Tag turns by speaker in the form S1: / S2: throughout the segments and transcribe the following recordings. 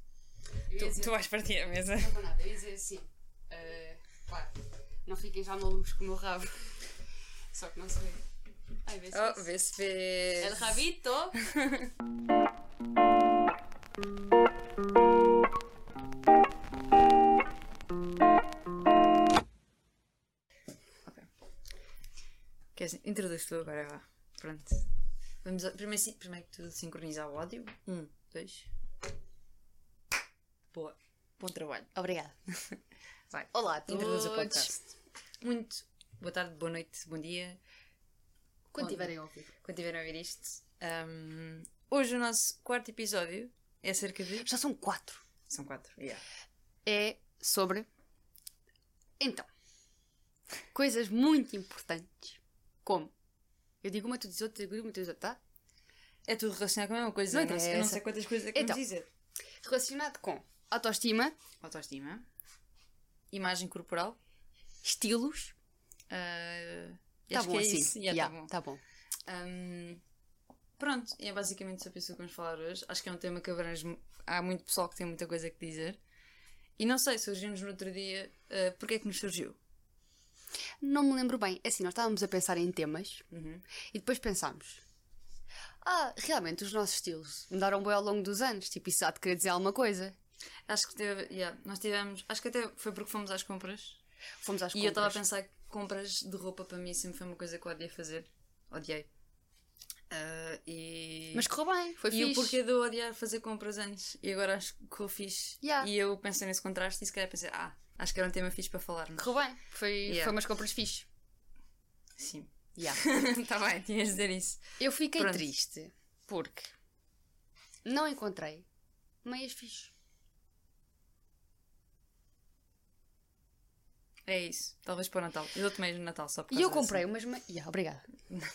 S1: eu ia
S2: Tu,
S1: dizer-
S2: tu vais partir a mesa.
S1: é Não vou nada, eu ia dizer assim. eh, pá, não fiquem já malucos com o meu rabo. Só que não se vê. Ai, vê se.
S2: Oh, vê se vê.
S1: El rabito!
S2: Queres, introduz tu agora, vá. Pronto. Vamos ao- primeiro, sin- primeiro que tudo sincronizar o áudio. Um, dois. Boa. Bom trabalho.
S1: Obrigada.
S2: Vai.
S1: Olá a
S2: Introduz o podcast. Muito boa tarde, boa noite, bom dia.
S1: Quando tiverem a ouvir.
S2: Quando tiverem a ouvir isto. Ahm, hoje o nosso quarto episódio é cerca de.
S1: Já são quatro.
S2: São quatro. Yeah.
S1: É sobre. Então. Coisas muito importantes. Como? Eu digo uma, tu dizes outra, eu digo uma, tu dizes outra, tá?
S2: É tudo relacionado com a mesma coisa.
S1: Não
S2: eu não, sei- eu não
S1: interessa.
S2: sei quantas coisas é que
S1: Então.
S2: vamos dizer.
S1: Relacionado com autoestima,
S2: Autoestima. Imagem corporal.
S1: estilos.
S2: ah,
S1: Tá
S2: acho
S1: bom
S2: que é
S1: assim.
S2: isso. Yeah,
S1: Yeah,
S2: tá bom.
S1: Tá bom.
S2: Hum, pronto, e é basicamente sobre isso que vamos falar hoje. Acho que é um tema que abrange. mu- Há muito pessoal que tem muita coisa que dizer. E não sei, surgiu-nos no outro dia. ah, porque é que nos surgiu?
S1: Não me lembro bem. Assim, nós estávamos a pensar em temas
S2: Uhum.
S1: e depois pensámos. Ah, realmente os nossos estilos mudaram bem ao longo dos anos. Tipo, isso há de querer dizer alguma coisa.
S2: Acho que teve. yeah, nós tivemos. Acho que até foi porque fomos às compras.
S1: Fomos às
S2: E eu estava a
S1: compras.
S2: pensar que compras de roupa para mim sempre foi uma coisa que eu odiei fazer. Odiei. Ah, e.
S1: Mas correu bem, foi
S2: E
S1: fixe.
S2: o porquê de eu odiar fazer compras antes e agora acho que eu fiz.
S1: Yeah.
S2: E eu pensei nesse contraste e se calhar pensei, ah, acho que era um tema fixe para falarmos.
S1: Correu bem, foi,
S2: Yeah.
S1: foi umas compras fixe.
S2: Sim.
S1: Yeah.
S2: Está Tá bem, tinhas de dizer isso.
S1: Eu fiquei
S2: Pronto.
S1: triste porque não encontrei meias fixe.
S2: É isso. Talvez para o Natal. Eu dou-te meias no Natal só por
S1: E eu
S2: causa
S1: comprei umas meias. Yeah, obrigada.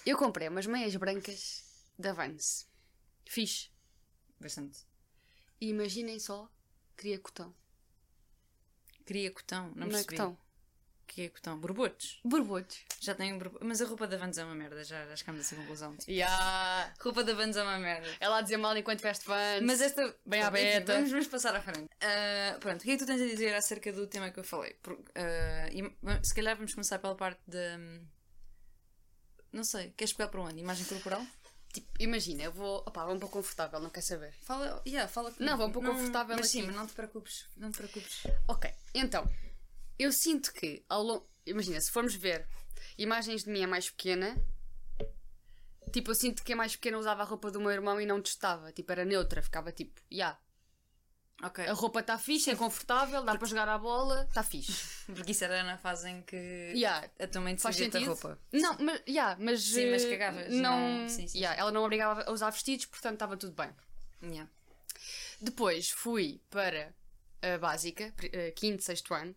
S1: Eu comprei umas meias brancas da Vans. Fixe.
S2: disso. Bastante.
S1: E imaginem só, queria cotão.
S2: Queria cotão, não,
S1: é
S2: percebi.
S1: cotão.
S2: Que é cotão? Borbotos.
S1: Borbotos.
S2: Já tenho um borbo- Mas a roupa da Vans é uma merda, já, já chegamos a essa conclusão.
S1: Yeah.
S2: Roupa da Vans é uma merda.
S1: Ela a dizer mal enquanto veste Vans.
S2: Mas é- esta.
S1: Bem à
S2: Enfim,
S1: beta.
S2: Vamos, vamos passar à frente. Ah, pronto, o que é que tu tens a dizer acerca do tema que eu falei? Por- ah, im- se calhar vamos começar pela parte da. hum, Não sei, queres pegar para onde? Imagem corporal?
S1: Tipo, imagina, eu vou. Opá, vamos para o confortável, não quer saber.
S2: Fala, yeah, fala comigo.
S1: Não, vou um pouco confortável
S2: mas
S1: aqui.
S2: sim, mas não te preocupes, não te preocupes.
S1: Ok, então, eu sinto que ao longo. Imagina, se formos ver imagens de mim é mais pequena, tipo, eu sinto que a mais pequena usava a roupa do meu irmão e não testava, tipo, era neutra, ficava tipo, ya,
S2: Ok,
S1: a roupa está fixe, é confortável, dá para jogar à bola, está fixe.
S2: porque isso era na fase em que
S1: Ya,
S2: a tua mãe
S1: faz
S2: decidia a
S1: sentido.
S2: roupa.
S1: Não, mas, ya, mas.
S2: Sim, mas
S1: eh,
S2: cagavas,
S1: Não,
S2: não- sim, sim,
S1: ya, ela não obrigava a usar vestidos, portanto estava tudo bem.
S2: Yeah.
S1: Depois fui para a básica, pri- eh, quinto, sexto ano.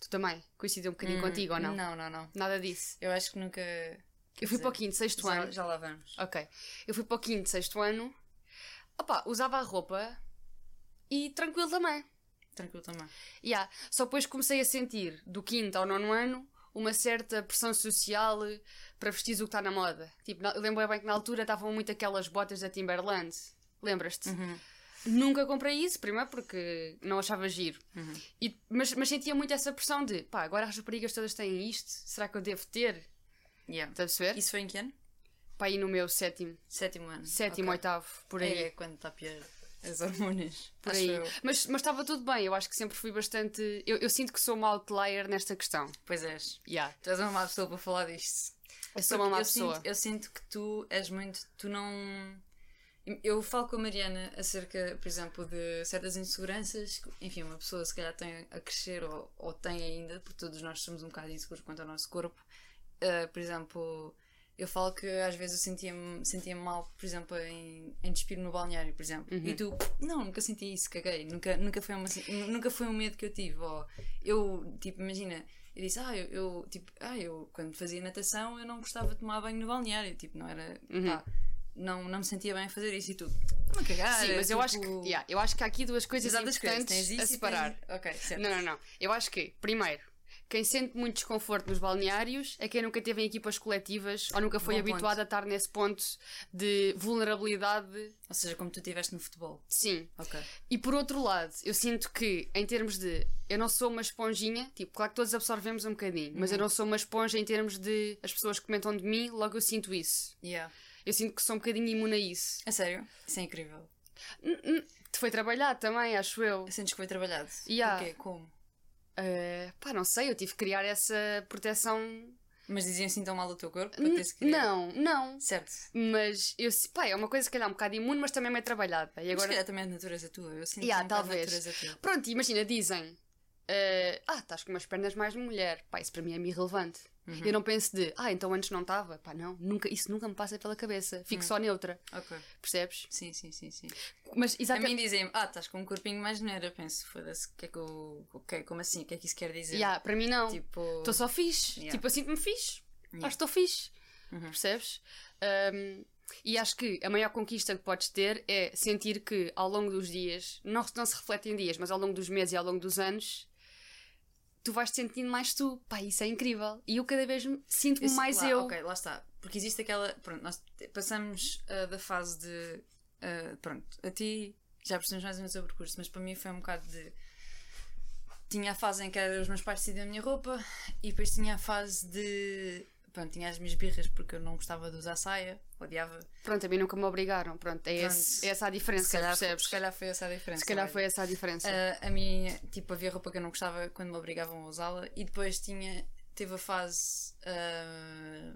S1: Tu também coincidiu um bocadinho contigo ou não?
S2: Hum, Não, não, não.
S1: Nada disso.
S2: Eu acho que nunca.
S1: Eu fui
S2: dizer,
S1: para o quinto, sexto
S2: Já,
S1: ano.
S2: já lá vamos.
S1: Ok. Eu fui para o quinto, sexto ano. Opa, usava a roupa e tranquilo também.
S2: Tranquilo também.
S1: Yeah. Só depois comecei a sentir, do quinto ao nono ano, uma certa pressão social eh, para vestir o que está na moda. Tipo, na- eu lembro bem que na altura estavam muito aquelas botas da Timberland. Lembras-te?
S2: Hum.
S1: Nunca comprei isso, primeiro porque não achava giro.
S2: Uhum.
S1: E- mas, mas sentia muito essa pressão de pá, agora as raparigas todas têm isto, será que eu devo ter?
S2: Yeah.
S1: Estás a perceber?
S2: Isso foi em que ano?
S1: Pá, aí no meu sétimo,
S2: Sétimo ano.
S1: sétimo,
S2: Uhum, Ok.
S1: oitavo, por
S2: Por
S1: aí.
S2: aí é quando está pior as hormonas.
S1: Por
S2: Acho
S1: aí.
S2: eu.
S1: Mas mas estava tudo bem, eu acho que sempre fui bastante. Eu, eu sinto que sou uma outlier nesta questão.
S2: Pois és.
S1: Yeah.
S2: Tu és uma má pessoa para falar disto.
S1: Eu sou uma má
S2: É eu
S1: pessoa.
S2: Sinto, eu sinto que tu és muito. Tu não. Eu falo com a Mariana acerca, por exemplo, de certas inseguranças. que, Enfim, uma pessoa se calhar tem a crescer ou, ou tem ainda, porque todos nós somos um bocado inseguros quanto ao nosso corpo. Uh, por exemplo, eu falo que às vezes eu sentia-me sentia mal, por exemplo, em, em despir no balneário, por exemplo.
S1: Uhum.
S2: E tu, não, nunca senti isso, caguei. Nunca, nunca, foi uma, se- nunca foi um medo que eu tive. Ou eu, tipo, imagina, eu disse, ah, eu, eu, tipo, ah, eu quando fazia natação eu não gostava de tomar banho no balneário. Tipo, não era.
S1: Uhum.
S2: pá, não, não me sentia bem a fazer isso e tudo. Não me cagar.
S1: Sim, mas eu acho que.
S2: tipo,
S1: yeah, eu acho que há aqui duas coisas
S2: Exato, as coisas. assim,
S1: importantes
S2: Tens isso
S1: a
S2: e
S1: separar.
S2: Tens... Ok, certo.
S1: Não, não, não. Eu acho que, primeiro, Quem sente muito desconforto nos balneários é quem nunca teve em equipas coletivas ou nunca foi
S2: Bom ponto.
S1: habituado a estar nesse ponto de vulnerabilidade.
S2: Ou seja, como tu tiveste no futebol.
S1: Sim.
S2: Ok.
S1: E por outro lado, eu sinto que, em termos de. Eu não sou uma esponjinha, tipo, claro que todos absorvemos um bocadinho, mas
S2: Uhum.
S1: eu não sou uma esponja em termos de. As pessoas comentam de mim, logo eu sinto isso.
S2: Yeah.
S1: Eu sinto que sou um bocadinho imune a isso.
S2: A sério? Isso é incrível.
S1: Hum, hum, Te foi trabalhado também, acho eu.
S2: Sentes que foi trabalhado?
S1: Yeah.
S2: Porquê? Como?
S1: Eh, pá, não sei, eu tive que criar essa proteção.
S2: Mas diziam assim tão mal o teu corpo? para
S1: N-
S2: teres que criar?
S1: Não, não.
S2: Certo.
S1: Mas eu, si- pá, é uma coisa, se calhar, um bocado imune, mas também meio trabalhada. E
S2: Mas se
S1: agora.
S2: calhar também é de natureza tua. Eu sinto
S1: Yeah,
S2: que é um bocado de
S1: talvez.
S2: natureza tua.
S1: Pronto, imagina, dizem. eh, ah, estás com umas pernas mais de mulher. Pá, isso para mim é irrelevante.
S2: Uhum.
S1: Eu não penso de, ah, então antes não estava. Pá, não, nunca, isso nunca me passa pela cabeça. Fico
S2: Uhum.
S1: só neutra,
S2: Ok.
S1: percebes?
S2: Sim, sim, sim, sim.
S1: Mas
S2: A
S1: exatamente.
S2: mim dizem ah, estás com um corpinho mais neira. Penso, foda-se, o que é que eu. o que é- como assim? O que é que isso quer dizer?
S1: Yeah, para mim, não.
S2: Tipo.
S1: Estou só fixe.
S2: Yeah.
S1: Tipo, eu sinto-me fixe.
S2: Yeah. Uhum.
S1: Acho que estou fixe. Percebes? Um, e acho que a maior conquista que podes ter é sentir que ao longo dos dias, não, se- não se reflete em dias, mas ao longo dos meses e ao longo dos anos, tu vais te sentindo mais tu. Pá, isso é incrível. E eu cada vez me- sinto-me
S2: Isso-
S1: mais
S2: lá,
S1: eu.
S2: Ok, lá está. Porque existe aquela. Pronto, nós te- passamos ah, da fase de. ah, pronto, a ti já percebemos mais ou menos o teu percurso, mas para mim foi um bocado de. Tinha a fase em que era os meus pais decidiam a minha roupa e depois tinha a fase de. Pronto, tinha as minhas birras porque eu não gostava de usar saia, odiava.
S1: Pronto, a mim nunca me obrigaram. Pronto, é, esse-
S2: Pronto.
S1: é essa a diferença,
S2: Se calhar,
S1: percebes?
S2: se calhar foi essa a diferença. é?
S1: Se calhar
S2: olha.
S1: foi essa a diferença.
S2: Ah, a mim, tipo, havia roupa que eu não gostava quando me obrigavam a usá-la e depois tinha, teve a fase. ah,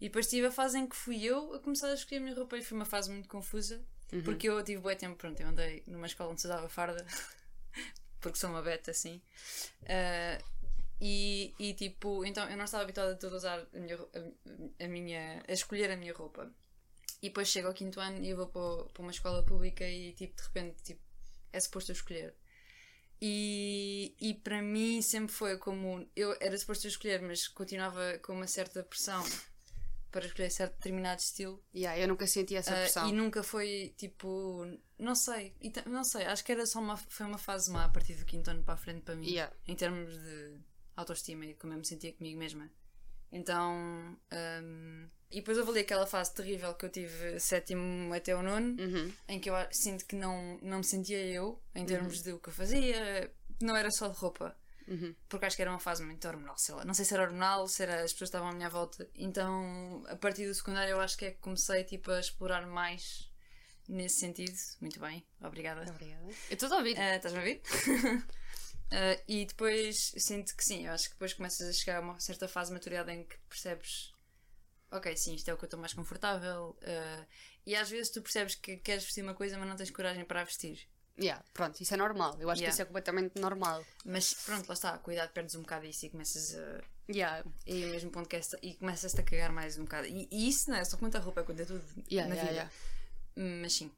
S2: e depois tive a fase em que fui eu a começar a escolher a minha roupa e foi uma fase muito confusa porque eu tive bué tempo, pronto, eu andei numa escola onde se usava farda porque sou uma beta assim. Ah, e, e, tipo, então eu não estava habituada a toda a usar a minha, ro- a, a minha. a escolher a minha roupa. E depois chego ao quinto ano e eu vou para, o- para uma escola pública e tipo, de repente, tipo, é suposto eu escolher. E, e para mim sempre foi como. Eu era suposto eu escolher, mas continuava com uma certa pressão para escolher certo determinado estilo.
S1: Yeah, eu nunca senti essa
S2: Ah,
S1: pressão.
S2: e nunca foi tipo. Não sei, e ta- não sei, acho que era só uma, foi uma fase má a partir do quinto ano para a frente para mim,
S1: Yeah.
S2: em termos de autoestima e como eu me sentia comigo mesma. Então. ahm, e depois houve ali aquela fase terrível que eu tive sétimo até o nono,
S1: Uhum.
S2: em que eu a- sinto que não, não me sentia eu, em termos de o que eu fazia, não era só de roupa.
S1: Uhum.
S2: Porque acho que era uma fase muito hormonal, sei lá. Não sei se era hormonal, se era as pessoas que estavam à minha volta. Então, a partir do secundário, eu acho que é que comecei tipo, a explorar mais nesse sentido. Muito bem, obrigada.
S1: Obrigada. Eu estou a ouvir.
S2: Ah, Estás-me a ouvir? Ah, e depois sinto que sim, eu acho que depois começas a chegar a uma certa fase de maturidade em que percebes ok, sim, isto é o que eu estou mais confortável. ah, e às vezes tu percebes que queres vestir uma coisa, mas não tens coragem para a vestir.
S1: Yeah, pronto, isso é normal. Eu acho que
S2: Yeah.
S1: isso é completamente normal.
S2: Mas pronto, lá está, cuidado, perdes um bocado isso e começas a.
S1: Yeah.
S2: E o mesmo um ponto que esta, e começas-te a cagar mais um bocado. E, e isso não é só conta a roupa, conta tudo
S1: Yeah,
S2: na
S1: yeah,
S2: vida.
S1: yeah.
S2: Mas sim.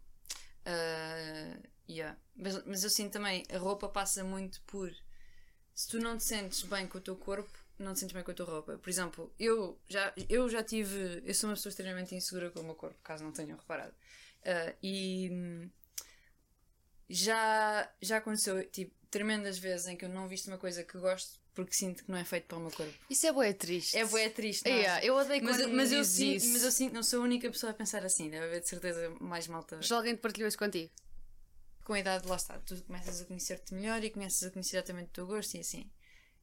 S2: Ah, yeah. mas, mas eu sinto também, a roupa passa muito por. Se tu não te sentes bem com o teu corpo, não te sentes bem com a tua roupa. Por exemplo, eu já, eu já tive. Eu sou uma pessoa extremamente insegura com o meu corpo, caso não tenham reparado. Ah, e. hum, Já, já aconteceu, tipo, tremendas vezes em que eu não visto uma coisa que gosto porque sinto que não é feito para o meu corpo.
S1: Isso é bué triste.
S2: É bué triste, não é?
S1: Yeah, eu odeio
S2: Mas,
S1: quando me
S2: mas, eu
S1: dizes
S2: sinto,
S1: isso.
S2: mas eu sinto, não sou a única pessoa a pensar assim, deve haver de certeza mais malta.
S1: Já alguém te partilhou isso contigo?
S2: Com a idade, lá está, tu começas a conhecer-te melhor e começas a conhecer exatamente o teu gosto e assim.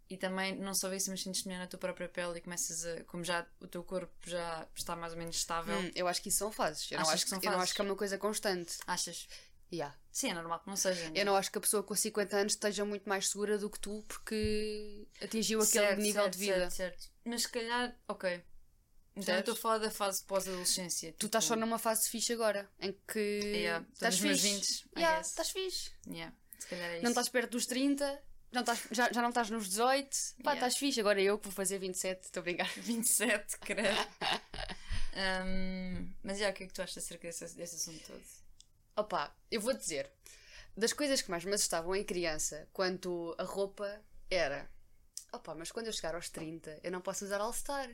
S2: E também, não só isso, mas sentes melhor na tua própria pele e começas a. Como já o teu corpo já está mais ou menos estável,
S1: Hum, eu acho que isso são fases. Eu não
S2: Achas
S1: acho que,
S2: que são
S1: Eu não
S2: fases?
S1: acho que é uma coisa constante.
S2: achas?
S1: Yeah.
S2: Sim, é normal que não seja. né?
S1: Eu não acho que a pessoa com 50 anos esteja muito mais segura do que tu porque atingiu aquele
S2: Certo,
S1: nível
S2: certo,
S1: de vida.
S2: Certo, certo. Mas se calhar, ok. Então eu
S1: Percebes?
S2: estou a falar da fase pós-adolescência. tipo,
S1: Tu estás só numa fase fixe agora, em que
S2: Hum. Yeah, tô
S1: estás
S2: nos meus
S1: fixe.
S2: 20s, I
S1: Yeah,
S2: guess.
S1: estás fixe.
S2: Yeah, se calhar é isso.
S1: Não estás perto dos 30, não estás- já, já não estás nos 18. Pá,
S2: Yeah.
S1: estás fixe. Agora eu que vou fazer 27, estou a brincar.
S2: 27, credo. Hum, mas já, o que é que tu achas acerca desse, desse assunto todo?
S1: Opa, eu vou dizer, das coisas que mais me assustavam em criança quanto a roupa era. Opa, mas quando eu chegar aos 30, eu não posso usar All-Star.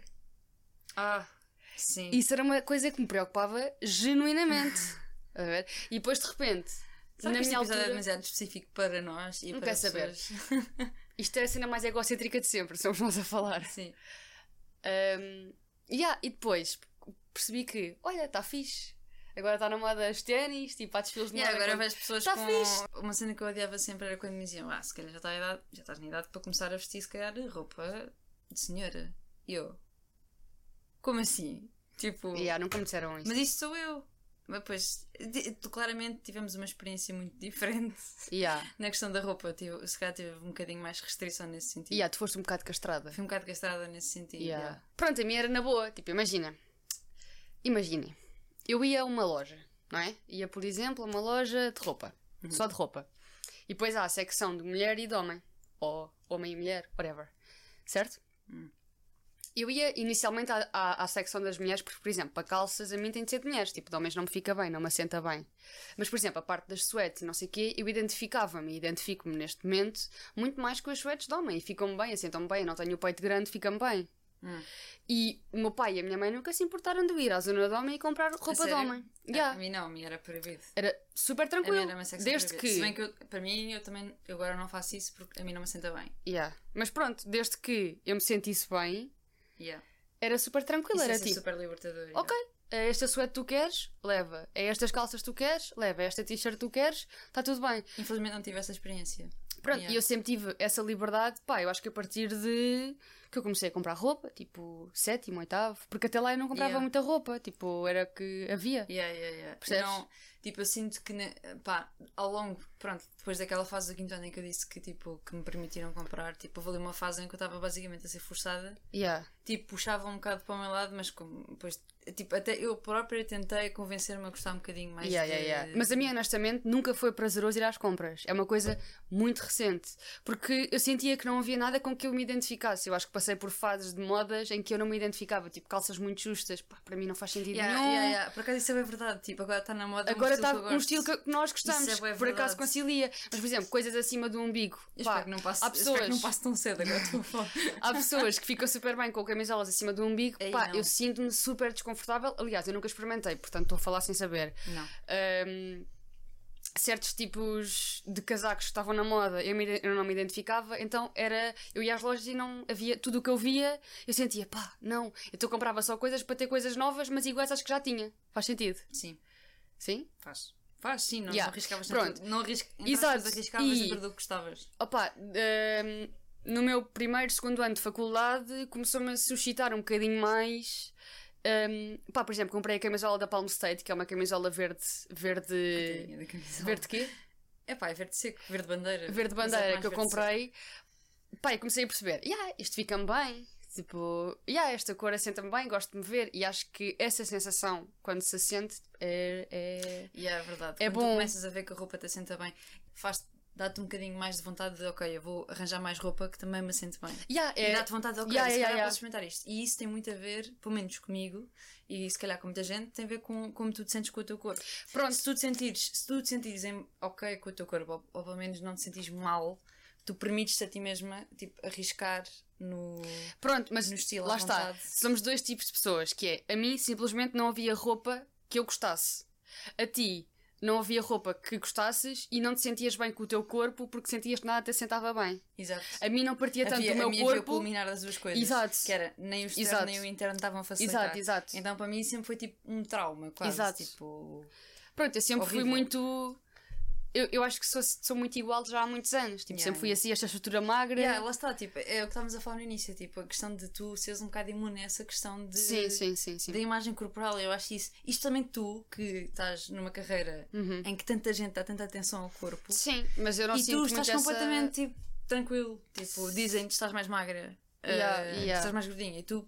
S2: Ah, sim.
S1: Isso era uma coisa que me preocupava genuinamente. a ver? E depois de repente,
S2: Será
S1: Na
S2: que este
S1: minha
S2: episódio é
S1: altura-
S2: demasiado específico para nós e
S1: Não
S2: para
S1: quer saber.
S2: pessoas?
S1: Isto é a cena mais egocêntrica de sempre, somos nós a falar.
S2: Sim.
S1: Um, yeah, e depois percebi que, olha, está fixe. Agora está na moda os ténis, tipo, há desfiles de
S2: E agora
S1: moda.
S2: vejo pessoas
S1: Tá
S2: com...
S1: fixe.
S2: Uma cena que eu odiava sempre era quando me diziam Ah, se calhar já, tá a idade, já estás na idade para começar a vestir, se calhar, roupa de senhora. E eu... Como assim? Tipo...
S1: com- Yeah, nunca me disseram isso.
S2: Mas isso sou eu. Mas pois, di- claramente tivemos uma experiência muito diferente
S1: Yeah.
S2: na questão da roupa. Tive, se calhar tive um bocadinho mais restrição nesse sentido.
S1: Yeah, tu foste um bocado castrada.
S2: Fui um bocado gastada nesse sentido.
S1: Yeah.
S2: yeah.
S1: Pronto, a minha era na boa. Tipo, imagina. Imaginem. Eu ia a uma loja, não é? Ia, por exemplo, a uma loja de roupa. Só de roupa. E depois há a secção de mulher e de homem. Ou homem e mulher, whatever. Certo? Eu ia inicialmente à, à, à secção das mulheres, porque, por exemplo, para calças a mim tem de ser de mulheres. Tipo, de homens não me fica bem, não me assenta bem. Mas, por exemplo, a parte das sweats e não sei o quê, eu identificava-me e identifico-me neste momento muito mais com as sweats de homem. E ficam-me bem, assentam-me bem, eu não tenho o peito grande, fica-me bem.
S2: Hum.
S1: E o meu pai e a minha mãe nunca se importaram de ir à zona de homem e comprar roupa de
S2: sério?
S1: homem.
S2: A-
S1: Yeah.
S2: A mim não, a mim era proibido.
S1: Era super
S2: A mim
S1: tranquilo.
S2: era uma secção
S1: Desde
S2: proibida. é Se bem
S1: que.
S2: que eu- para mim, eu também eu agora não faço isso porque a mim não me senta bem.
S1: Yeah. Mas pronto, desde que eu me sentisse bem,
S2: Yeah.
S1: era super tranquilo.
S2: Isso é
S1: Era
S2: ser
S1: tipo,
S2: super libertador.
S1: ok, é esta suéte tu queres, leva. É estas calças tu queres, leva. É esta t-shirt tu queres, está tudo bem.
S2: yeah. Infelizmente não tive essa experiência.
S1: Pronto,
S2: Yeah.
S1: e eu sempre tive essa liberdade, pá, eu acho que a partir de que eu comecei a comprar roupa, tipo, sétimo, oitavo, porque até lá eu não comprava
S2: Yeah.
S1: muita roupa, tipo, era o que havia.
S2: Yeah, yeah, yeah.
S1: Percebes?
S2: Não, tipo, eu sinto que, na- pá, ao longo, pronto, depois daquela fase do quinto ano em que eu disse que, tipo, que me permitiram comprar, tipo, houve ali uma fase em que eu estava basicamente a ser forçada,
S1: Yeah.
S2: tipo, puxava um bocado para o meu lado, mas como, depois, tipo, até eu própria tentei convencer-me a gostar um bocadinho mais
S1: Yeah,
S2: de...
S1: yeah, yeah. Mas a mim, honestamente, nunca foi prazeroso ir às compras. É uma coisa muito recente. Porque eu sentia que não havia nada com que eu me identificasse. Eu acho que passei por fases de modas em que eu não me identificava. Tipo, calças muito justas. Pá, para mim não faz sentido
S2: Yeah,
S1: nenhum.
S2: yeah, yeah. Por acaso isso é bem verdade, tipo, agora está na moda
S1: Agora
S2: um estilo
S1: está
S2: que eu
S1: um
S2: gosto.
S1: estilo que que nós gostamos.
S2: Isso é bué
S1: por acaso
S2: verdade.
S1: concilia. Mas, por exemplo, coisas acima do umbigo. Pá,
S2: Eu espero que não passe,
S1: há
S2: eu espero que
S1: pessoas-
S2: não passe tão cedo agora estou a falar.
S1: Há pessoas que ficam super bem com camisolas acima do umbigo.
S2: Ei,
S1: Pá,
S2: não.
S1: eu sinto-me super desconfortável. Aliás, eu nunca experimentei, portanto estou a falar sem saber.
S2: Não.
S1: Ahm, certos tipos de casacos que estavam na moda eu, me ide- eu não me identificava, então era eu ia às lojas e não havia tudo o que eu via eu sentia, pá, não, então comprava só coisas para ter coisas novas, mas iguais às que já tinha faz sentido,
S2: Sim,
S1: sim?
S2: faz. Faz, sim, não,
S1: Yeah.
S2: não arriscavas
S1: Pronto.
S2: tanto. Não arris... entre
S1: Exato.
S2: aspas, arriscavas
S1: E-
S2: dentro do que gostavas.
S1: Opa, ahm, no meu primeiro, segundo ano de faculdade começou-me a suscitar um bocadinho mais ahm, pá, por exemplo, comprei a camisola da Palm State, que é uma camisola verde verde,
S2: Tadinha da camisola.
S1: Eh, verde quê?
S2: É pá, é verde seco, verde bandeira.
S1: verde
S2: Mas é
S1: bandeira
S2: mais
S1: que eu
S2: verde
S1: comprei, pá, e comecei a perceber, yeah, isto fica-me bem, tipo, yeah, esta cor assenta-me bem, gosto de me ver, e acho que essa sensação, quando se sente, é... é-
S2: seco. E é verdade.
S1: É
S2: Quando tu
S1: bom.
S2: começas a ver que a roupa te senta bem, faz dá-te um bocadinho mais de vontade de, ok, eu vou arranjar mais roupa que também me sente bem.
S1: Yeah, é-
S2: E dá-te vontade de, ok,
S1: Yeah,
S2: se
S1: yeah,
S2: calhar
S1: yeah.
S2: posso experimentar isto. E isso tem muito a ver, pelo menos comigo, e se calhar com muita gente, tem a ver com como tu te sentes com o teu corpo.
S1: Pronto,
S2: Se tu te sentires, se tu te sentires em, ok com o teu corpo, ou, ou pelo menos não te sentires mal, tu permites-te a ti mesma, tipo, arriscar no...
S1: pronto, mas
S2: No estilo,
S1: lá
S2: à
S1: está,
S2: vontade.
S1: somos dois tipos de pessoas, que é, a mim simplesmente não havia roupa que eu gostasse, a ti não havia roupa que gostasses e não te sentias bem com o teu corpo porque sentias que nada te sentava bem.
S2: Exato.
S1: A mim não partia tanto
S2: havia,
S1: do meu
S2: a mim havia o
S1: corpo...
S2: culminar das duas coisas.
S1: Exato.
S2: Que era nem o externo
S1: Exato.
S2: nem o interno estavam a facilitar.
S1: Exato, exato.
S2: Então para mim sempre foi tipo um trauma, quase.
S1: Exato.
S2: Tipo,
S1: Pronto, eu sempre fui
S2: Horrível.
S1: muito. Eu, eu acho que sou, sou muito igual já há muitos anos. Tipo,
S2: Yeah,
S1: sempre fui assim, esta estrutura magra.
S2: yeah, lá está, tipo, é o que estávamos a falar no início, tipo, a questão de tu seres um bocado imune a essa questão de,
S1: sim, sim, sim, sim.
S2: da imagem corporal. Eu acho isso, especialmente tu que estás numa carreira em que tanta gente dá tanta atenção ao corpo
S1: Uhum. Sim, mas eu não
S2: e
S1: sinto
S2: tu
S1: muito
S2: estás
S1: essa...
S2: completamente tipo, tranquilo. Tipo, dizem-te estás mais magra,
S1: Yeah,
S2: eh,
S1: yeah.
S2: estás mais gordinha e tu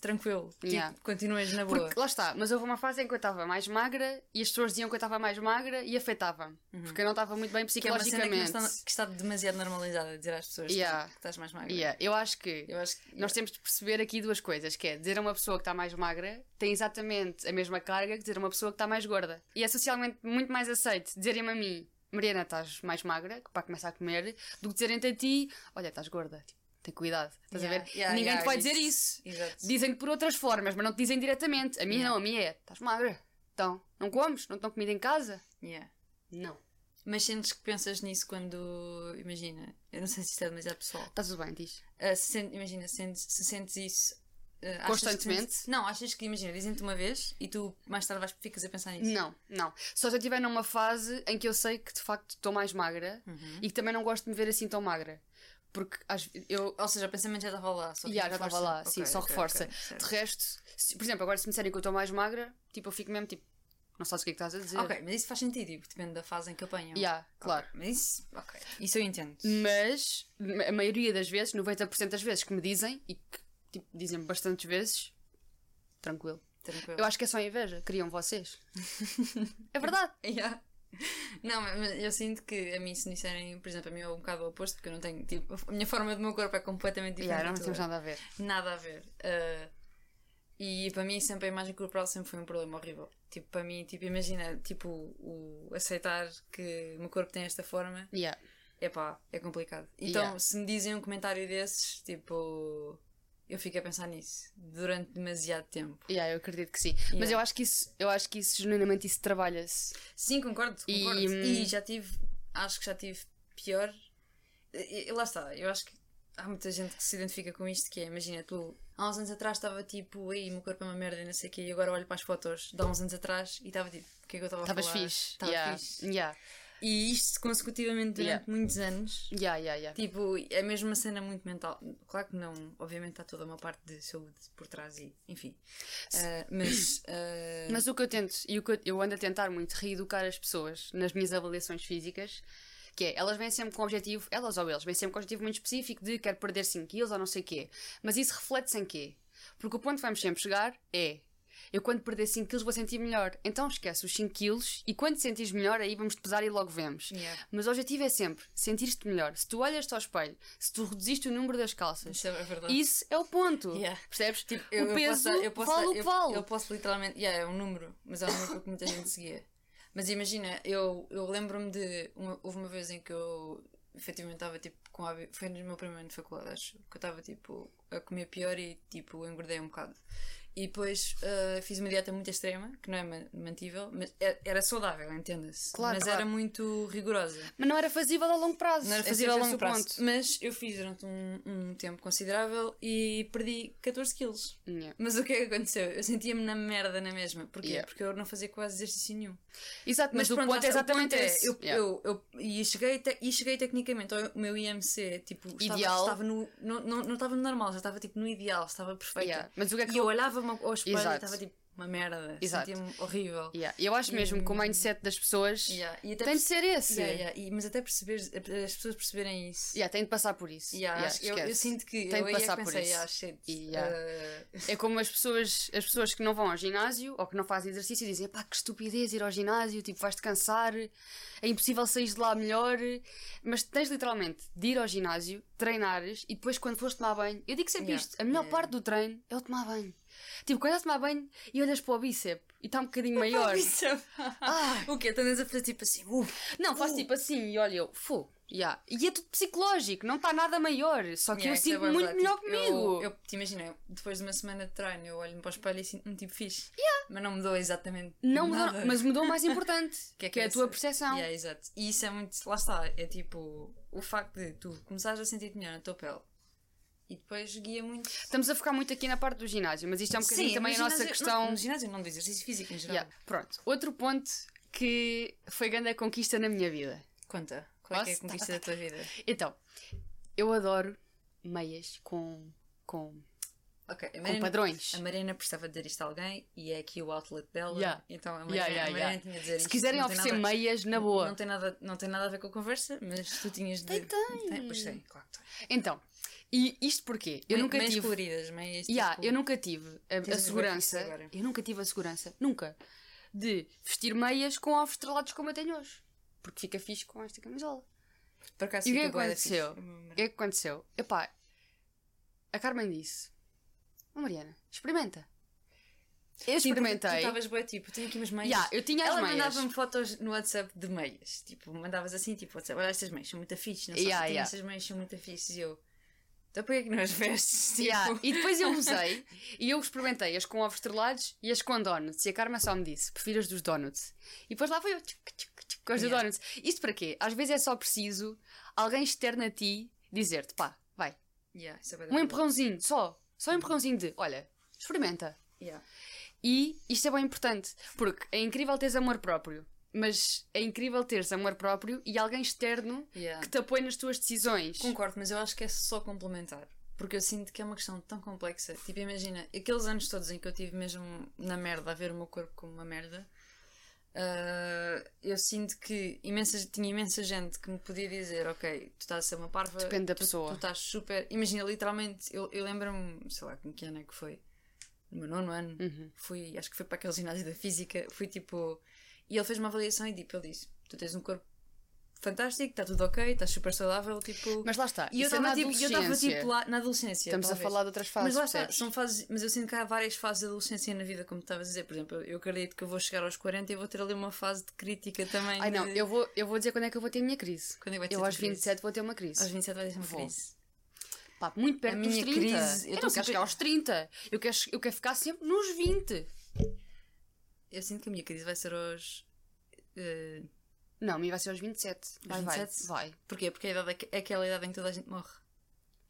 S2: tranquilo, tipo,
S1: Yeah.
S2: continuas na boa.
S1: Porque, lá está, mas houve uma fase em que eu estava mais magra e as pessoas diziam que eu estava mais magra e afetava-me. Porque eu não estava muito bem
S2: Uhum. Que é uma cena que, não
S1: psicologicamente.
S2: está, que está demasiado normalizada dizer às pessoas
S1: Yeah.
S2: que estás mais magra.
S1: Yeah, eu acho que
S2: Eu acho que.
S1: nós temos de perceber aqui duas coisas: que é dizer a uma pessoa que está mais magra tem exatamente a mesma carga que dizer a uma pessoa que está mais gorda. E é socialmente muito mais aceito dizerem-me a mim, Mariana, estás mais magra, que para começar a comer, do que dizerem-te a ti, olha, estás gorda, tipo, tem cuidado, estás a
S2: Yeah,
S1: ver?
S2: yeah,
S1: Ninguém
S2: yeah,
S1: te vai
S2: isso.
S1: dizer isso.
S2: Exato.
S1: Dizem-te por outras formas, mas não te dizem diretamente. A mim
S2: Yeah.
S1: não, a mim é, estás magra, então, não comes, não estão comida em casa?
S2: Yeah.
S1: Não.
S2: Mas sentes que pensas nisso quando. Imagina, eu não sei se isto é demasiado pessoal.
S1: Está tudo bem, diz.
S2: Ah, se sente- imagina, sentes, se sentes isso. ah, achas que
S1: Constantemente?
S2: sentes- não, achas que, imagina, dizem-te uma vez e tu mais tarde vais, ficas a pensar nisso.
S1: Não, não. Só se eu estiver numa fase em que eu sei que de facto estou mais magra
S2: Uhum.
S1: e que também não gosto de me ver assim tão magra. Porque às ve- eu.
S2: Ou seja, o pensamento já estava lá. Só que
S1: Yeah, já
S2: reforça.
S1: estava lá, sim,
S2: Ok,
S1: só
S2: ok,
S1: reforça.
S2: ok, certo.
S1: De resto, se- por exemplo, agora se me disserem que eu estou mais magra, tipo, eu fico mesmo tipo, não sabes o que é que estás a dizer.
S2: Ok, mas isso faz sentido, tipo, depende da fase em que apanham.
S1: Yeah,
S2: Ok,
S1: claro. Hum,
S2: Mas isso, ok. Isso eu entendo.
S1: Mas ma- a maioria das vezes, 90% das vezes que me dizem, e que tipo, dizem bastantes vezes, tranquilo.
S2: Tranquilo.
S1: Eu acho que é só inveja, queriam vocês. é verdade.
S2: Yeah. Não, mas- mas eu sinto que a mim, se me disserem, por exemplo, a mim é um bocado o oposto, porque eu não tenho, tipo, a minha forma do meu corpo é completamente diferente.
S1: Yeah, não
S2: da
S1: temos
S2: tua.
S1: nada a ver.
S2: Nada a ver. Ah, e para mim, sempre a imagem corporal sempre foi um problema horrível. Tipo, para mim, tipo, imagina, tipo, o o aceitar que o meu corpo tem esta forma,
S1: Yeah.
S2: é pá, é complicado. Então,
S1: Yeah.
S2: se me dizem um comentário desses, tipo, eu fico a pensar nisso durante demasiado tempo.
S1: Yeah, eu acredito que sim. Mas
S2: Yeah. Tá
S1: eu acho que isso, eu acho que isso genuinamente isso trabalha-se.
S2: Sim, concordo,
S1: E,
S2: concordo.
S1: hum,
S2: E, já tive, acho que já tive pior. E, e lá está, eu acho que há muita gente que se identifica com isto, que é, imagina, tu há uns anos atrás estava tipo, ei, o meu corpo é uma merda e não sei o quê, e agora olho para as fotos de há uns anos atrás e estava tipo, o que é que eu estava a falar?
S1: Estavas fixe.
S2: Estava
S1: yeah.
S2: fixe.
S1: Yeah.
S2: E isto consecutivamente durante
S1: Yeah.
S2: muitos anos.
S1: Yeah, yeah, yeah.
S2: Tipo, é mesmo uma cena muito mental. Claro que não, obviamente está toda uma parte de saúde por trás e, enfim. Ah, mas, ah,
S1: Mas o que eu tento, e o que eu, eu ando a tentar muito reeducar as pessoas nas minhas avaliações físicas, que é, elas vêm sempre com um objetivo, elas ou eles, vêm sempre com um objetivo muito específico de quero perder 5 quilos ou não sei o quê. Mas isso reflete-se em quê? Porque o ponto que vamos sempre chegar é, eu quando perder 5 quilos vou sentir melhor. Então esquece os 5 quilos e quando te sentires melhor aí vamos te pesar e logo vemos.
S2: Yeah.
S1: Mas o objetivo é sempre sentir-te melhor. Se tu olhas-te ao espelho, se tu reduziste o número das calças,
S2: isso é verdade.
S1: isso é o ponto.
S2: Yeah.
S1: Percebes?
S2: Tipo, Eu-
S1: o
S2: eu
S1: peso
S2: posso- eu posso-
S1: vale o
S2: eu-
S1: que vale.
S2: Eu posso literalmente. Yeah, é um número, mas é um número que muita gente seguia. Mas imagina, eu, eu lembro-me de. Uma, houve uma vez em que eu efetivamente estava tipo com hábito. Foi no meu primeiro ano de faculdade, acho. Que eu estava tipo a comer pior e tipo engordei um bocado. E depois ah, fiz uma dieta muito extrema, que não é ma- mantível, mas é- era saudável, entenda-se.
S1: Claro,
S2: mas
S1: claro.
S2: era muito rigorosa.
S1: Mas não era fazível a longo prazo.
S2: Não era
S1: Esse
S2: fazível a
S1: é
S2: longo
S1: o
S2: prazo.
S1: ponto.
S2: Mas eu fiz durante um, um tempo considerável e perdi 14 quilos.
S1: Yeah.
S2: Mas o que é que aconteceu? Eu sentia-me na merda na mesma. Porquê?
S1: Yeah.
S2: Porque eu não fazia quase exercício nenhum.
S1: Exato, mas, o
S2: pronto,
S1: ponto é
S2: lá está, o
S1: exatamente
S2: ponto é,
S1: esse.
S2: Eu,
S1: Yeah.
S2: eu, eu- e, cheguei, te- e cheguei tecnicamente ao meu IMC, tipo, estava,
S1: Ideal.
S2: estava no. Não, não, não estava no normal, já estava tipo no ideal, estava perfeita.
S1: Yeah. Mas o que é que
S2: E eu olhava-me ao espelho
S1: Exato.
S2: e estava tipo uma merda.
S1: Exato.
S2: Sentia-me horrível.
S1: Yeah. Eu acho mesmo que o mindset das pessoas
S2: Hum. Yeah. E até
S1: tem de ser esse.
S2: perce- yeah, yeah. E- mas até perceber, as pessoas perceberem isso.
S1: Yeah, tem de passar por isso.
S2: Yeah,
S1: Yeah,
S2: acho que eu, eu
S1: esquece.
S2: sinto que
S1: Tem
S2: eu
S1: de
S2: aí é que
S1: passar por
S2: pensei,
S1: isso.
S2: "Ah, shit,
S1: Yeah.
S2: eh,
S1: É como as pessoas, as pessoas que não vão ao ginásio ou que não fazem exercício dizem pá, que estupidez ir ao ginásio, tipo, vais-te cansar, é impossível sair de lá melhor. Mas tens literalmente de ir ao ginásio, treinares e depois quando fores tomar banho, eu digo sempre
S2: Yeah.
S1: isto: a melhor
S2: Yeah.
S1: parte do treino é o tomar banho. Tipo, quando estás a tomar banho e olhas para o bíceps e está um bocadinho maior.
S2: Isso é-
S1: Ah.
S2: O quê? Então andas a fazer tipo assim, uh,
S1: Não, faço
S2: Uh.
S1: tipo assim e olha eu, fu, yeah. e é tudo psicológico, não está nada maior, só que eu sinto muito melhor comigo.
S2: é Eu, te imagino, depois de uma semana de treino, eu olho-me para o espelho e sinto-me tipo fixe. Mas não mudou exatamente.
S1: Não mudou,
S2: nada.
S1: mas mudou o mais importante, que,
S2: Que
S1: é,
S2: é que é
S1: a tua
S2: essa?
S1: percepção.
S2: Yeah, exato. E isso é muito. Lá está. É tipo o facto de tu começares a sentir-te melhor na tua pele e depois guia muito.
S1: Estamos a focar muito aqui na parte do ginásio, mas isto é um bocadinho
S2: Sim,
S1: também a
S2: no
S1: nossa
S2: ginásio-
S1: questão.
S2: Não, no ginásio não do exercício físico em geral.
S1: Yeah, Pronto, outro ponto que foi grande a conquista na minha vida.
S2: Conta. Qual é, que é a
S1: Posso?
S2: conquista da tua vida?
S1: Então, eu adoro meias com. com
S2: Ok, a
S1: padrões.
S2: A Mariana precisava dizer isto a alguém e é aqui o outlet dela.
S1: Yeah.
S2: Então a
S1: Yeah,
S2: Mariana,
S1: yeah,
S2: a Mariana
S1: yeah.
S2: tinha de dizer
S1: Se
S2: isto,
S1: quiserem
S2: não tem
S1: oferecer
S2: nada-
S1: meias, na boa.
S2: Não tem, nada, não tem nada a ver com a conversa, mas tu tinhas de.
S1: Tem, tem.
S2: Pois tem, claro que tem.
S1: Então, e isto porquê? Eu nunca
S2: meias
S1: tive.
S2: coloridas, meias.
S1: Yeah,
S2: tipo-
S1: eu nunca tive a,
S2: Tens
S1: a
S2: um
S1: segurança.
S2: negócio agora.
S1: Eu nunca tive a segurança, nunca, de vestir meias com ovos estrelados como eu tenho hoje. Porque fica fixe com esta camisola.
S2: Por acaso,
S1: E o que
S2: fica
S1: é que
S2: bué da
S1: aconteceu?
S2: fixe. É uma
S1: O
S2: merda.
S1: que é que aconteceu? Epá, a Carmen disse: "Ó, Mariana, experimenta. Eu
S2: Sim, porque Tu
S1: experimentei.
S2: estavas boa, tipo, tenho aqui umas meias.
S1: Yeah, eu tinha as
S2: Ela
S1: meias.
S2: mandava-me fotos no WhatsApp de meias. Tipo, mandavas assim, tipo, WhatsApp, olha, estas meias são muito fixe, não sei
S1: Yeah,
S2: se
S1: yeah.
S2: estas meias são muito fixes. E eu, Então porquê que não as vestes? Tipo,
S1: Yeah, E depois eu usei e eu experimentei as com ovos estrelados e as com donuts. E a Carmen só me disse: prefiro as dos donuts. E depois lá foi eu tchuc, tchuc, tchuc, com as
S2: Yeah.
S1: dos donuts. Isto para quê? Às vezes é só preciso alguém externo a ti dizer-te: pá, vai,
S2: Yeah, isso é bué da
S1: um
S2: bom.
S1: empurrãozinho, só, só um empurrãozinho de: olha, experimenta.
S2: Yeah.
S1: E isto é bem importante, porque é incrível teres amor próprio, mas é incrível teres amor próprio e alguém externo
S2: Yeah.
S1: que te apoie nas tuas decisões.
S2: Concordo, mas eu acho que é só complementar. Porque eu sinto que é uma questão tão complexa. Tipo, imagina, aqueles anos todos em que eu tive mesmo na merda, a ver o meu corpo como uma merda, ah, eu sinto que imensa, tinha imensa gente que me podia dizer: Ok, tu estás a ser uma parva.
S1: Depende da
S2: tu-
S1: pessoa."
S2: Tu estás super. Imagina, literalmente, eu, eu lembro-me, sei lá, com que ano é que foi? No meu nono ano,
S1: Uhum. Hum.
S2: fui, acho que foi para aquele ginásio da física, fui tipo. E ele fez uma avaliação e tipo, ele disse: Tu tens um corpo fantástico, está tudo ok, estás super saudável, tipo.
S1: Mas lá está.
S2: E eu
S1: isso é na
S2: estava tipo, eu tava,
S1: adolescência.
S2: tipo lá na adolescência.
S1: Estamos a
S2: talvez.
S1: falar de outras fases.
S2: Mas lá está,
S1: percebes?
S2: são fases, mas eu sinto que há várias fases de adolescência na vida, como estavas a dizer. Por exemplo, eu acredito que eu vou chegar aos 40 e vou ter ali uma fase de crítica também.
S1: Ai não,
S2: de-
S1: eu vou, eu vou dizer quando é que eu vou ter a minha crise.
S2: Quando é que vai ter a
S1: eu
S2: tua
S1: aos
S2: crise?
S1: 27 vou ter uma crise.
S2: aos 27 vai ter uma
S1: Vou.
S2: crise.
S1: Pá, muito perto
S2: A
S1: dos
S2: minha
S1: 30.
S2: crise, eu
S1: Eu,
S2: tô
S1: não
S2: super-
S1: quero chegar aos 30. Eu quero, che- eu quero ficar sempre nos 20.
S2: Eu sinto que a minha crise vai ser aos. eh,
S1: Não, a minha vai ser aos 27. Vai,
S2: Aos 27?
S1: vai, vai.
S2: porquê? Porque a idade é que- é aquela idade em que toda a gente morre.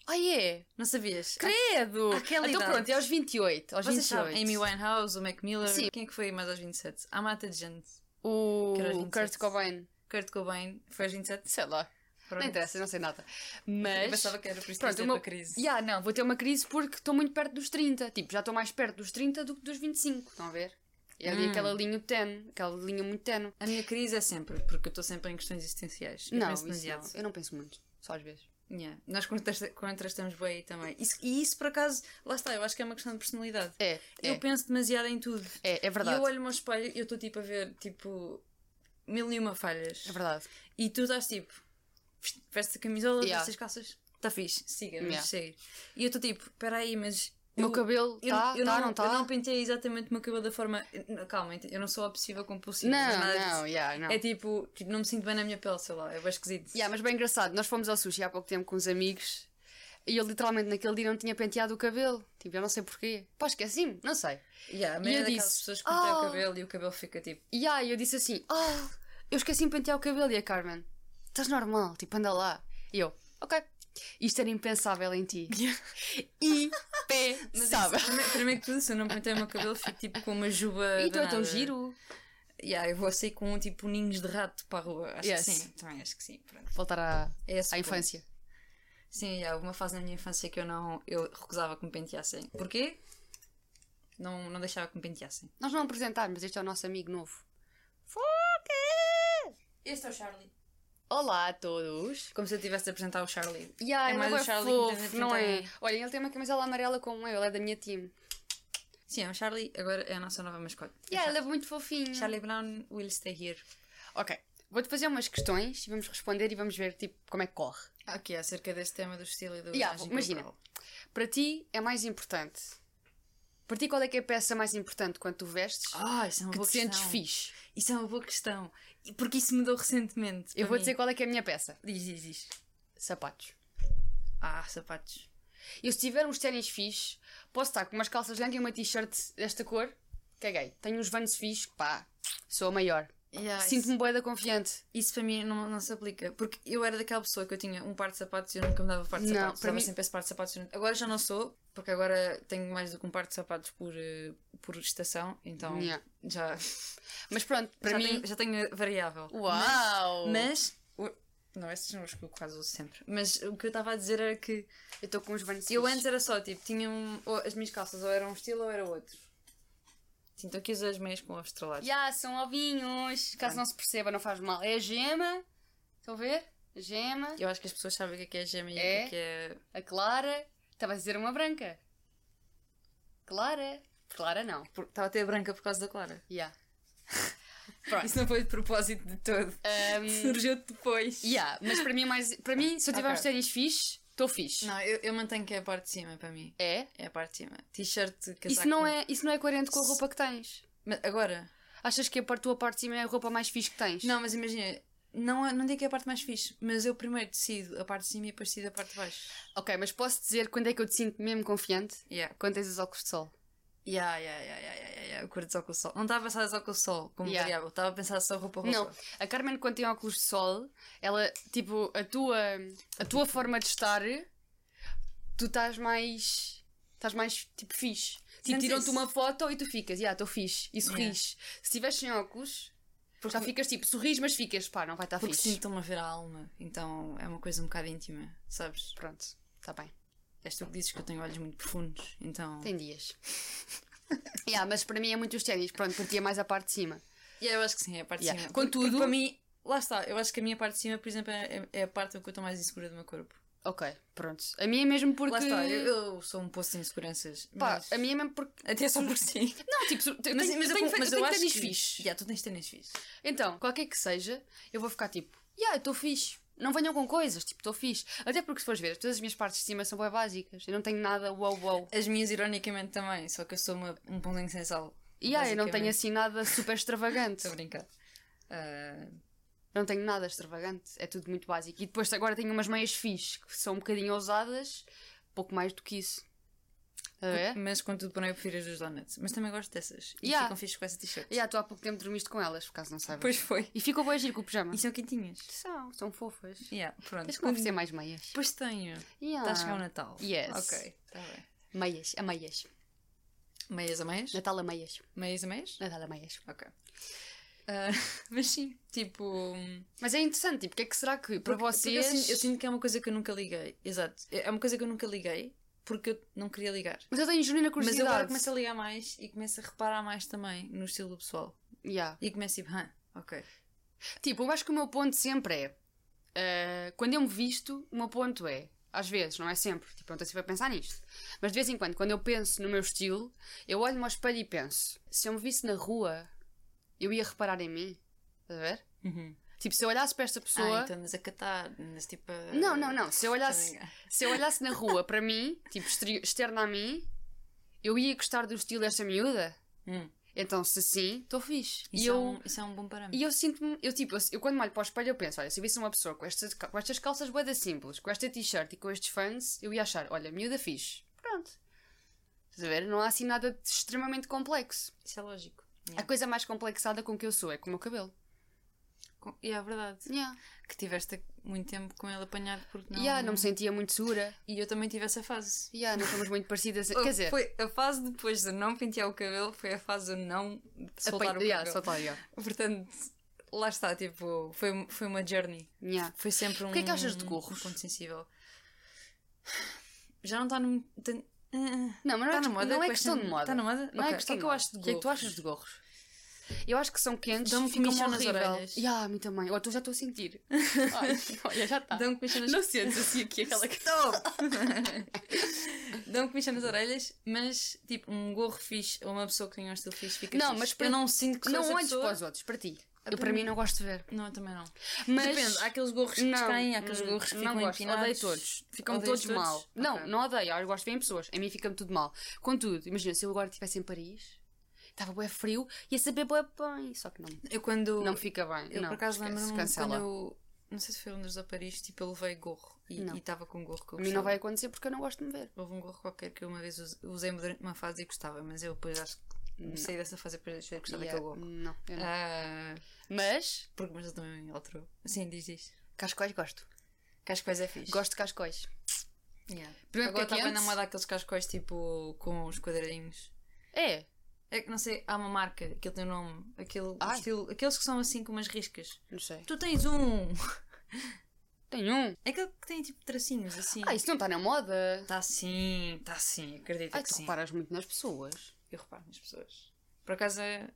S1: Ai é?
S2: Não sabias?
S1: Credo!
S2: Aquela
S1: então
S2: idade.
S1: pronto, é aos 28. Aos
S2: Vocês
S1: 28.
S2: sabem, Amy Winehouse, o Mac Miller,
S1: Sim.
S2: quem é que foi mais aos 27? Há mata de gente.
S1: O
S2: Que era aos
S1: Kurt
S2: 27.
S1: Cobain.
S2: Kurt Cobain foi aos 27.
S1: Sei lá.
S2: Pronto.
S1: Não interessa, não sei nada.
S2: Eu
S1: Mas.
S2: pensava que era por isso
S1: Pronto,
S2: que
S1: o
S2: eu
S1: meu-
S2: uma crise.
S1: Ya, não, vou ter uma crise porque estou muito perto dos 30. Tipo, já estou mais perto dos 30 do que dos 25, estão a ver? É ali
S2: Hum.
S1: aquela linha tenue, aquela linha muito tenue.
S2: A minha crise é sempre, porque eu estou sempre em questões existenciais. Eu
S1: Não,
S2: penso
S1: isso
S2: demasiado.
S1: não, eu não penso muito, só às vezes.
S2: Yeah. Nós contrasta- contrastamos bem aí também. Isso- e isso, por acaso, lá está, eu acho que é uma questão de personalidade.
S1: É,
S2: Eu
S1: é,
S2: penso demasiado em tudo.
S1: é, é
S2: E
S1: verdade.
S2: eu olho-me ao espelho e eu estou tipo a ver, tipo, mil e uma falhas.
S1: É verdade.
S2: E tu estás tipo, veste a camisola,
S1: Yeah.
S2: veste as calças. Está fixe, siga, mas
S1: Yeah.
S2: segue. E eu estou tipo, espera aí, mas.
S1: O meu
S2: eu-
S1: cabelo
S2: eu não-
S1: está,
S2: eu
S1: tá,
S2: não,
S1: não está?
S2: Eu
S1: Não,
S2: não pentei exatamente o meu cabelo da forma. Calma, eu não sou obsessiva compulsiva. mas nada disso.
S1: não, ya, não.
S2: É tipo, tipo, não me sinto bem na minha pele, sei lá, é bem esquisito.
S1: Ya, mas bem engraçado, nós fomos ao sushi há pouco tempo com uns amigos e eu literalmente naquele dia não tinha penteado o cabelo. Tipo, eu não sei porquê. Pá, esqueci-me, não sei.
S2: Yeah, mas
S1: E
S2: é
S1: eu
S2: daquelas
S1: disse,
S2: pessoas que cortam
S1: "Ah."
S2: o cabelo e o cabelo fica tipo.
S1: E aí eu disse assim: Ah, eu esqueci de pentear o cabelo. E a Carmen, estás normal, tipo, anda lá. E eu, ok. Isto era impensável em ti. Impensável.
S2: Isso, prime- primeiro que tudo, se eu não pentei o meu cabelo, fico tipo com uma juba.
S1: E tu é tão
S2: danada.
S1: giro.
S2: Yeah, eu vou sair com tipo ninhos de rato para a rua. Acho
S1: Yes.
S2: que sim, também acho que sim. Pronto.
S1: Voltar à,
S2: É esse
S1: à
S2: o
S1: infância.
S2: ponto. Sim, yeah, houve uma fase na minha infância que eu não. Eu recusava que me penteassem. Porquê? Não, não deixava que me penteassem.
S1: Nós não apresentámos, mas este é o nosso amigo novo.
S2: Este é o Charlie.
S1: Olá a todos.
S2: Como se eu tivesse de apresentar o Charlie.
S1: E aí,
S2: É
S1: é
S2: mais
S1: mais
S2: o Charlie que
S1: fofo,
S2: tenta
S1: não é?
S2: tentar-
S1: Olha, ele tem uma camisola amarela como eu, ele é da minha time.
S2: Sim, é o Charlie, agora é a nossa nova mascote.
S1: E aí, ele é muito fofinho.
S2: Charlie Brown will stay here.
S1: Ok, vou-te fazer umas questões e vamos responder e vamos ver tipo, como é que corre.
S2: Ok, acerca deste tema do estilo e do
S1: Yeah,
S2: imagem
S1: imagina.
S2: corporal.
S1: Para ti é mais importante. Para ti, qual é que é a peça mais importante quando tu vestes?
S2: Ah, isso é uma
S1: que te
S2: boa
S1: sentes
S2: questão.
S1: fixe.
S2: Isso é uma boa questão. E Porque isso mudou recentemente.
S1: Eu
S2: para
S1: vou
S2: mim.
S1: dizer qual é que é a minha peça:
S2: Diz, diz, diz.
S1: sapatos.
S2: Ah, sapatos.
S1: Eu, se tiver uns ténis fixe, posso estar com umas calças de lã e uma t-shirt desta cor. Caguei. Tenho uns vans fixe, pá, sou a maior.
S2: Yeah,
S1: Sinto-me boeda confiante.
S2: Isso, isso para mim não, não se aplica. Porque eu era daquela pessoa que eu tinha um par de sapatos e eu nunca me dava par de
S1: Não,
S2: sapatos.
S1: para
S2: Dava
S1: mim-
S2: sempre esse par de sapatos. Agora já não sou, porque agora tenho mais do que um par de sapatos por, eh, por estação. Então
S1: Yeah.
S2: já,
S1: Mas pronto, para
S2: já,
S1: mim.
S2: tenho, já tenho a variável.
S1: Uau!
S2: Mas. o- Não, esses são os que eu quase uso sempre. Mas o que eu estava a dizer era que
S1: eu estou com uns vans
S2: Eu
S1: fixe.
S2: antes era só tipo, tinha um, ou as minhas calças ou era um estilo ou era outro. Sim, estou aqui a usar as meias com ovos estrelados.
S1: Já, são ovinhos. Caso não se perceba, não faz mal. É a gema. Estão a ver? Gema.
S2: Eu acho que as pessoas sabem o que é que é gema e
S1: É?
S2: o que é que é.
S1: A Clara. Estava a dizer uma branca. Clara. Clara não.
S2: por- Estava até branca por causa da Clara.
S1: Yeah. Pronto.
S2: Isso não foi de propósito de todo. Hum.
S1: Um,
S2: Surgiu-te depois.
S1: yeah, Mas para mim, é mais, para mim se eu tiver
S2: Ok.
S1: uns ténis fixe, estou fixe.
S2: Não, eu, eu mantenho que é a parte de cima para mim.
S1: É?
S2: É a parte de cima. T-shirt, casaco.
S1: Isso não, é, isso não é coerente com a roupa que tens.
S2: Mas agora?
S1: Achas que a par- tua parte de cima é a roupa mais fixe que tens?
S2: Não, mas imagina, Não, é- não digo que é a parte mais fixe, mas eu primeiro decido a parte de cima e depois decido a parte de baixo.
S1: Ok, mas posso dizer quando é que eu te sinto mesmo confiante?
S2: Yeah.
S1: Quando tens os óculos de sol.
S2: Yeah, yeah, yeah, yeah, yeah, yeah, yeah. Eu curto óculos de sol. Não estava a pensar em óculos de sol como
S1: Yeah.
S2: variável, estava a pensar só roupa roupa.
S1: Não, a Carmen quando tem óculos de sol, ela, tipo, a tua, a tua forma de estar, tu estás mais, estás mais, tipo, fixe. Tipo,
S2: Sentes
S1: tiram-te
S2: isso?
S1: uma foto e tu ficas, já, estou fixe, e sorris. Se estiveres sem óculos,
S2: Porque-
S1: já ficas, tipo, sorris, mas ficas, pá, não vai estar
S2: Porque
S1: tá fixe.
S2: sinto-me a ver a alma, então é uma coisa um bocado íntima, sabes?
S1: Pronto, está bem.
S2: És tu que dizes que eu tenho olhos muito profundos, então.
S1: Tem dias. yeah, mas para mim é muito os ténis, pronto, curtia mais a parte de cima.
S2: Yeah, eu acho que sim, é a parte de
S1: Yeah.
S2: cima.
S1: Contudo-
S2: Porque- porque para mim, lá está, eu acho que a minha parte de cima, por exemplo, é, é a parte que eu estou mais insegura do meu corpo.
S1: Ok, pronto. A minha é mesmo porque.
S2: Lá está, eu, eu sou um poço de inseguranças.
S1: Pá,
S2: mas-
S1: a minha é mesmo porque.
S2: Até só por si.
S1: Não, tipo, su- eu tenho- eu
S2: eu
S1: tenho
S2: con-
S1: fe- eu
S2: mas
S1: tenho
S2: acho
S1: ténis
S2: que-
S1: fixe.
S2: Yeah, tu tens ténis fixe.
S1: Então, qualquer que seja, eu vou ficar tipo, yeah, eu estou fixe. Não venham com coisas, tipo, estou fixe. Até porque se fores ver, todas as minhas partes de cima são bem básicas. Eu não tenho nada wow wow.
S2: As minhas, ironicamente, também, só que eu sou uma, um pãozinho sem sal.
S1: E ah, eu não tenho
S2: basicamente.
S1: assim nada super extravagante.
S2: Estou a brincar. Ah,
S1: não tenho nada extravagante. É tudo muito básico. E depois agora tenho umas meias fixe, que são um bocadinho ousadas, pouco mais do que isso. Ah, é?
S2: Mas contudo, porém, eu prefiro as dos donuts. Mas também gosto dessas. E
S1: Yeah.
S2: ficam fixas com essa t-shirt.
S1: E ah, tu há pouco tempo dormiste com elas, por caso não saibas.
S2: Pois foi.
S1: E ficou bem giro com o pijama.
S2: E são quentinhas.
S1: São, são fofas.
S2: Yeah, pronto.
S1: Tens que me oferecer mais meias.
S2: Depois tenho.
S1: Yeah.
S2: Está Hum. Tá a chegar um- o Natal.
S1: Yes.
S2: Ok, está bem.
S1: Meias, a meias.
S2: Meias a meias?
S1: Natal a meias.
S2: Meias a meias?
S1: Natal a meias.
S2: Ok. Ah, mas sim, tipo.
S1: Mas é interessante, tipo, o que é que será que para
S2: porque- porque eu,
S1: vocês.
S2: sinto, eu sinto que é uma coisa que eu nunca liguei. Exato. É é uma coisa que eu nunca liguei porque eu não queria ligar.
S1: Mas eu tenho genuína
S2: Mas eu agora
S1: curiosidade.
S2: começo a ligar mais e começo a reparar mais também no estilo do pessoal.
S1: Yeah.
S2: E começo tipo, hã, ok.
S1: Tipo, eu acho que o meu ponto sempre é. ah, quando eu me visto, o meu ponto é. Às vezes, não é sempre, tipo, não estou sempre a pensar nisto. Mas de vez em quando, quando eu penso no meu estilo, eu olho-me ao espelho e penso: se eu me visse na rua, eu ia reparar em mim. Estás a ver? Tipo, se eu olhasse para esta pessoa.
S2: Ah, então andas a catar, andas tipo a...
S1: Não, não, não. Se eu olhasse,
S2: Também
S1: se eu olhasse na rua para mim, tipo, exteri- externa a mim, eu ia gostar do estilo desta miúda.
S2: Hum.
S1: Então, se sim, estou fixe.
S2: Isso,
S1: e
S2: é
S1: eu,
S2: um, isso é um bom parâmetro.
S1: e eu sinto-me, eu tipo, eu, eu quando me olho para o espelho, eu penso: olha, se eu visse uma pessoa com, estas ca- com estas calças boedas simples, com esta t-shirt e com estes fãs, eu ia achar: olha, miúda fixe. Pronto. Estás a ver? Não há assim nada de extremamente complexo.
S2: Isso é lógico.
S1: A coisa mais complexada com que eu sou é com o meu cabelo.
S2: Com- E é verdade.
S1: Yeah.
S2: Que tiveste muito tempo com ele apanhado porque não.
S1: Não, yeah, não me sentia muito segura.
S2: E eu também tive essa fase.
S1: Yeah, não somos muito parecidas. Quer dizer,
S2: Oh, Foi a fase depois de eu não pentear o cabelo, foi a fase de eu não soltar
S1: apanho-
S2: o cabelo.
S1: yeah, soltar, yeah.
S2: Portanto, lá está, tipo, foi, foi uma journey.
S1: Yeah.
S2: Foi sempre um.
S1: que é que achas de gorros?
S2: Um ponto sensível. Já não está no. Está
S1: Não, mas não, é,
S2: Tá na
S1: que-
S2: moda?
S1: não é questão de moda.
S2: Está na moda?
S1: Não é
S2: Ok.
S1: questão de
S2: O que é que eu
S1: moda.
S2: acho de
S1: O que é que tu
S2: gorros?
S1: achas de gorros? Eu acho que são quentes
S2: Dão-me
S1: ficam
S2: comichão nas
S1: horrível.
S2: orelhas.
S1: Ya, a mim também. Ou tu já estou a sentir. Ai, olha, já está.
S2: Dão-me comichão nas
S1: Não sentes assim aqui aquela que...
S2: Dão-me comichão nas orelhas, mas tipo, um gorro fixe ou uma pessoa que tenha um estilo fixe fica
S1: Não,
S2: fixe.
S1: mas
S2: eu
S1: para-
S2: não sinto que sou
S1: Não
S2: essa
S1: olhes
S2: pessoa.
S1: para os outros, para ti. Eu
S2: para
S1: para mim
S2: mim-
S1: não gosto de ver.
S2: Não, eu também não.
S1: Mas...
S2: Depende, há aqueles gorros que
S1: não,
S2: descaem, há aqueles
S1: hum,
S2: gorros que
S1: não
S2: ficam
S1: gosto.
S2: empinados.
S1: Odeio todos. Ficam
S2: Odeias
S1: todos,
S2: todos?
S1: mal. Não,
S2: Ok.
S1: não odeio. Eu gosto de ver em pessoas. A mim fica-me tudo mal. Contudo, imagina, se eu agora estivesse em Paris, estava bué frio, ia saber bué bem. Só que não,
S2: Eu quando.
S1: não fica bem.
S2: eu
S1: não,
S2: por acaso
S1: esquece,
S2: lembro-me
S1: cancela.
S2: quando eu. Não sei se foi Londres ou Paris, tipo, eu levei gorro e
S1: Não.
S2: e estava com um gorro que eu
S1: A mim não
S2: gostava.
S1: vai acontecer porque eu não gosto de me ver.
S2: Houve um gorro qualquer que eu uma vez use- usei durante uma fase e gostava, mas eu depois acho que
S1: Não.
S2: saí dessa fase e depois deixei de gostar
S1: Yeah,
S2: daquele gorro.
S1: Não, eu não.
S2: Ah,
S1: Mas,
S2: porque mas ele também alterou. Sim, diz isto.
S1: cascóis gosto.
S2: Cascóis é fixe.
S1: Gosto de cascóis.
S2: Yeah.
S1: Primeiro
S2: Agora
S1: porque é
S2: está bem na
S1: quente.
S2: moda aqueles cascóis tipo com os quadradinhos.
S1: É.
S2: É que não sei, há uma marca, aquele tem um nome, aquele
S1: Ai.
S2: estilo, aqueles que são assim com umas riscas.
S1: Não sei.
S2: Tu tens um!
S1: Tenho um.
S2: É aquele que tem tipo tracinhos assim.
S1: Ah, isso não está na moda.
S2: Está assim, está assim, acredito
S1: Ai,
S2: que
S1: tu
S2: sim.
S1: reparas muito nas pessoas.
S2: Eu reparo nas pessoas. Por acaso, é-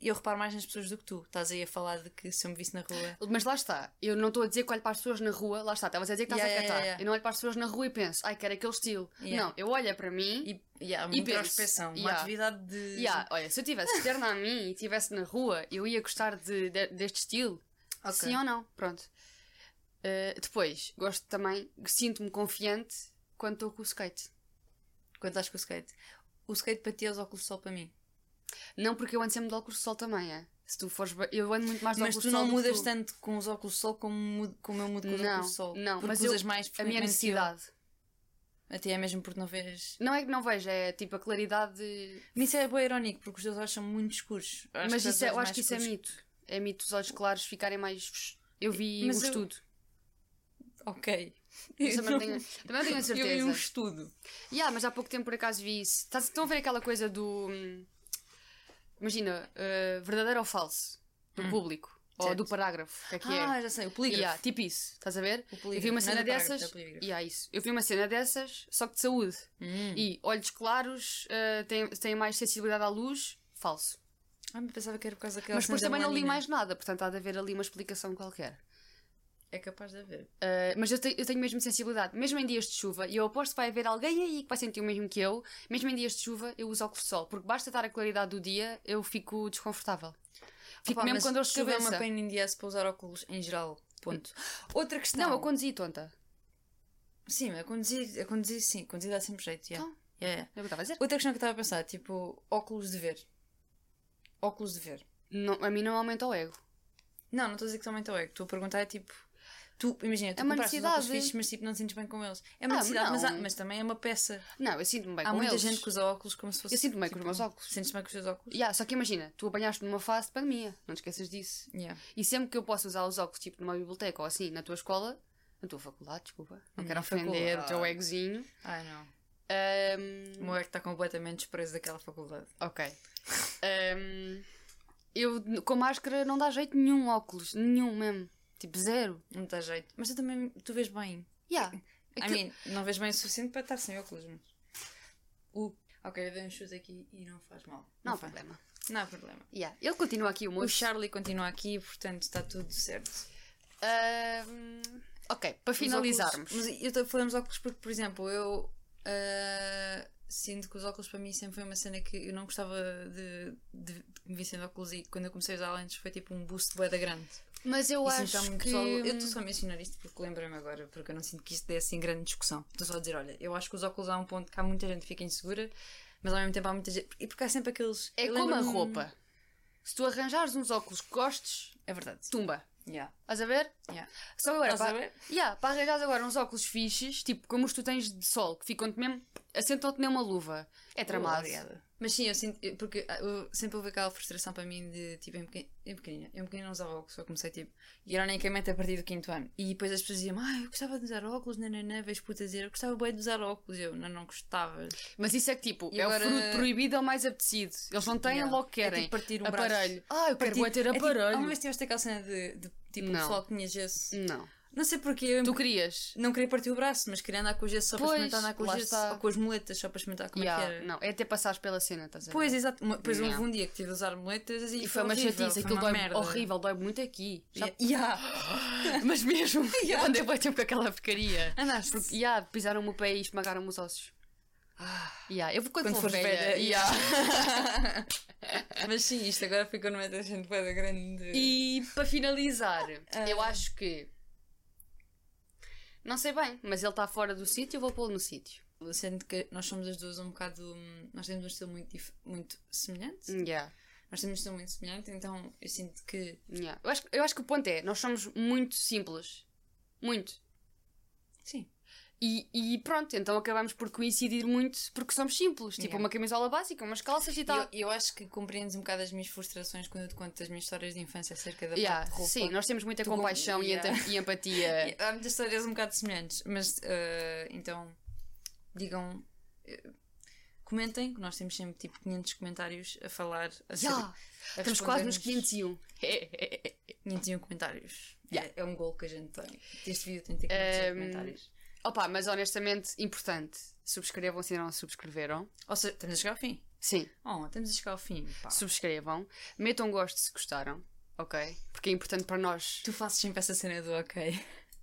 S2: eu reparo mais nas pessoas do que tu. Estás aí a falar de que se eu me visse na rua.
S1: Mas lá está. Eu não estou a dizer que olho para as pessoas na rua. Lá está. Estavas a dizer que estás
S2: Yeah,
S1: a
S2: yeah,
S1: catar.
S2: yeah.
S1: Eu não olho para as pessoas na rua e penso, ai, quero aquele estilo.
S2: Yeah.
S1: Não, eu olho é para mim e.
S2: E, e há uma
S1: E penso,
S2: introspeção, uma
S1: yeah.
S2: atividade de.
S1: Yeah, olha, se eu estivesse externa a mim e estivesse na rua, eu ia gostar de- de- deste estilo.
S2: Ok.
S1: Sim ou não, pronto. Uh, depois, gosto também, sinto-me confiante quando estou com o skate.
S2: Quando estás com o skate. O skate para ti é os óculos de sol para mim.
S1: Não porque eu ando sempre de óculos de sol também, é? Se tu fores. ba- Eu ando muito mais de
S2: Mas
S1: óculos
S2: tu
S1: de sol
S2: não
S1: do que
S2: mudas
S1: tu.
S2: tanto com os óculos de sol como, mudo- como eu mudo com os
S1: Não,
S2: óculos de sol.
S1: não,
S2: porque
S1: mas eu-
S2: usas mais
S1: A minha
S2: frequentemente que eu.
S1: necessidade.
S2: Até é mesmo porque não vês.
S1: Não é que não vejo, é tipo a claridade. de-
S2: Mas isso é bem irónico porque os teus olhos são muito escuros. Eu acho
S1: Mas
S2: que os
S1: isso é-
S2: olhos
S1: eu acho
S2: mais
S1: que isso é
S2: escuros-
S1: mito. É mito os olhos claros ficarem mais. Eu vi
S2: Mas
S1: um
S2: eu-
S1: estudo.
S2: Ok.
S1: Mas
S2: Eu
S1: também,
S2: não-
S1: não... Tenho... também não tenho a
S2: Eu vi um
S1: certeza.
S2: estudo.
S1: Yeah, mas há pouco tempo por acaso vi isso. Estás- Estão a ver aquela coisa do. hum, Imagina, eh, verdadeiro ou falso? Do público. Ou
S2: Hum. Certo.
S1: do parágrafo. O que é que
S2: Ah,
S1: é?
S2: já sei, o polígrafo.
S1: Yeah, tipo isso, estás a ver?
S2: O
S1: Eu
S2: polígrafo.
S1: vi uma
S2: Não
S1: cena
S2: é do parágrafo,
S1: dessas.
S2: é do polígrafo.
S1: Yeah, isso. Eu vi uma cena dessas, só que de saúde.
S2: Hum.
S1: E olhos claros eh, têm, têm mais sensibilidade à luz, falso.
S2: Ah, mas pensava que era por causa daquela
S1: Mas depois
S2: cena da
S1: também não li
S2: melanina.
S1: mais nada, portanto há de haver ali uma explicação qualquer.
S2: É capaz de haver.
S1: Eh, mas eu, te- eu tenho mesmo sensibilidade, mesmo em dias de chuva, e eu aposto que vai haver alguém aí que vai sentir o mesmo que eu, mesmo em dias de chuva, eu uso óculos de sol, porque basta estar a claridade do dia, eu fico desconfortável. Fico
S2: Opa,
S1: Tipo, mesmo
S2: mas
S1: com dor de
S2: chuva é uma
S1: cabeça.
S2: pain in the ass para usar óculos em geral. Ponto. Outra questão.
S1: Não, eu conduzi,
S2: É
S1: tonta.
S2: Sim, mas a conduzir, a conduzir sim, conduzir dá sempre jeito. Yeah.
S1: Então.
S2: Yeah,
S1: É o
S2: yeah.
S1: que eu estava a dizer?
S2: Outra questão que eu estava a pensar, tipo, óculos de ver. Óculos de ver.
S1: Não, a mim não aumenta o ego.
S2: Não, não estou a dizer que somente ao ego. Estou a perguntar, é tipo. Tu, imagina, tu
S1: É uma
S2: compraste uns
S1: necessidade.
S2: óculos fixos, mas tipo, não te sentes bem com eles. É uma
S1: Ah,
S2: necessidade, mas, há-
S1: não.
S2: mas também é uma peça.
S1: Não, eu sinto-me bem
S2: há
S1: com
S2: muita
S1: eles.
S2: gente que usa óculos como se fosse.
S1: Eu sinto-me bem com os meus óculos.
S2: Sentes bem com os teus óculos?
S1: Yeah, só que imagina, tu apanhaste numa fase de pandemia, não te esqueças disso.
S2: Yeah.
S1: E sempre que eu posso usar os óculos, tipo numa biblioteca ou assim, na tua escola, na tua faculdade, desculpa, não
S2: Na
S1: quero
S2: minha
S1: ofender o teu
S2: faculdade.
S1: egozinho. hum,
S2: Ai não.
S1: Ahm,
S2: O meu ego está completamente desprezo daquela faculdade.
S1: ok. Ahm, hum, eu com máscara não dá jeito nenhum óculos, nenhum mesmo. Tipo zero.
S2: Não dá jeito. Mas tu também. Tu vês bem.
S1: Yeah. é
S2: I
S1: Aquilo-
S2: mean, não vês bem o suficiente para estar sem óculos, mas. O... Ok, eu dei um chute aqui e não faz mal.
S1: não há
S2: faz.
S1: problema.
S2: Não há problema.
S1: Yeah. Ele continua aqui o
S2: O
S1: moço.
S2: Charlie continua aqui, portanto está tudo certo.
S1: Ahm, Hum, ok, para
S2: Os
S1: finalizarmos.
S2: óculos- mas eu estou a falar dos óculos porque, por exemplo, eu ah, sinto que os óculos para mim sempre foi uma cena que eu não gostava de, de, de me vissem de óculos e quando eu comecei a usar lentes foi tipo um boost bué da grande.
S1: Mas eu
S2: E sinto que há
S1: acho
S2: então muito
S1: que. hum
S2: pessoal- Eu estou só a mencionar isto porque lembrei-me agora, porque eu não sinto que isto dê assim grande discussão. Estou só a dizer, olha, eu acho que os óculos há um ponto que há muita gente que fica insegura, mas ao mesmo tempo há muita gente. E porque há sempre aqueles.
S1: É
S2: eu
S1: como a
S2: lembro-me-
S1: roupa. Se tu arranjares uns óculos que gostes,
S2: É verdade.
S1: tumba.
S2: Yeah.
S1: Estás a ver?
S2: Yeah.
S1: Só agora,
S2: Estás a
S1: para,
S2: ver?
S1: yeah, para arranjares agora uns óculos fixes, tipo como os que tu tens de sol, que ficam-te mesmo, assentam-te nem uma luva. É tramado.
S2: Obrigada. Mas sim, eu sinto. eu- Porque ah, eu sempre houve aquela frustração para mim de tipo, em, pequen, em pequenina. Em pequenina não usava óculos, só comecei tipo. Ironicamente a partir do quinto ano. E depois as pessoas diziam, ah, eu gostava de usar óculos, nananã, vejo puta dizer, eu gostava bem de usar óculos. Eu, não, não gostava.
S1: Mas isso é que tipo,
S2: E
S1: é
S2: agora-
S1: o fruto proibido ao mais apetecido. Eles não têm,
S2: Yeah.
S1: logo
S2: É
S1: querem.
S2: tipo partir o braço.
S1: aparelho. Ah, eu quero
S2: Tipo,
S1: bué ter
S2: é tipo,
S1: aparelho.
S2: Alguma vez tiveste aquela cena de, de, tipo, o
S1: Não.
S2: pessoal que tinha gesso?
S1: Não.
S2: Não sei porquê, eu
S1: Tu querias?
S2: não queria partir o braço, mas queria andar com o gesso só
S1: Pois,
S2: para experimentar andar com o
S1: lá
S2: gesso,
S1: está.
S2: ou com as muletas só para experimentar como
S1: Yeah,
S2: é que era.
S1: Não, é até passares pela cena, estás a ver?
S2: Pois, exato. Uma- Pois
S1: Yeah.
S2: houve um dia que tive de usar muletas e,
S1: E foi uma
S2: horrível,
S1: chatice,
S2: foi
S1: aquilo
S2: uma
S1: dói
S2: merda.
S1: horrível, dói muito aqui. Já-
S2: Yeah. Yeah.
S1: Mas mesmo, eu andei bué tempo com aquela porcaria.
S2: Andaste.
S1: Porque, yeah, pisaram-me o pé e esmagaram-me os ossos. Yeah, eu vou Ah, quando,
S2: Quando
S1: for
S2: fores velha,
S1: velha. yeah.
S2: Mas sim, isto agora ficou numa da gente bué da grande.
S1: E para finalizar,
S2: Ah.
S1: eu acho que. Não sei bem, mas ele está fora do sítio, eu vou pô-lo no sítio.
S2: Sendo que nós somos as duas um bocado. hum, Nós temos um estilo muito, dif- muito semelhante.
S1: Yeah,
S2: Nós temos um estilo muito semelhante, então eu sinto que.
S1: yeah. Eu, acho, eu acho que o ponto é: nós somos muito simples. Muito.
S2: Sim.
S1: E, e pronto, então acabamos por coincidir muito porque somos simples. Tipo
S2: Yeah.
S1: uma camisola básica, umas calças e
S2: E Eu,
S1: tal.
S2: eu acho que compreendes um bocado as minhas frustrações quando eu te conto as minhas histórias de infância acerca da
S1: Yeah,
S2: parte de roupa.
S1: Sim, nós temos muita
S2: Tu com-
S1: compaixão e
S2: Yeah.
S1: enta- e empatia.
S2: E Há muitas histórias um bocado semelhantes, mas eh, então digam. eh, comentem, que nós temos sempre tipo 500 comentários a falar. A ser,
S1: Yeah.
S2: a
S1: Estamos quase nos
S2: responder-nos.
S1: 501.
S2: 501 comentários.
S1: Yeah.
S2: É, é um gol que a gente tem. Este vídeo tem que ter 500
S1: Um,
S2: comentários.
S1: Opa, mas honestamente, importante. Subscrevam se ainda não subscreveram.
S2: Ou seja, estamos a chegar ao fim.
S1: Sim,
S2: Oh, estamos a chegar ao fim. Pá.
S1: subscrevam. Metam gosto se gostaram, ok? Porque é importante para nós.
S2: Tu fazes sempre essa cena do ok.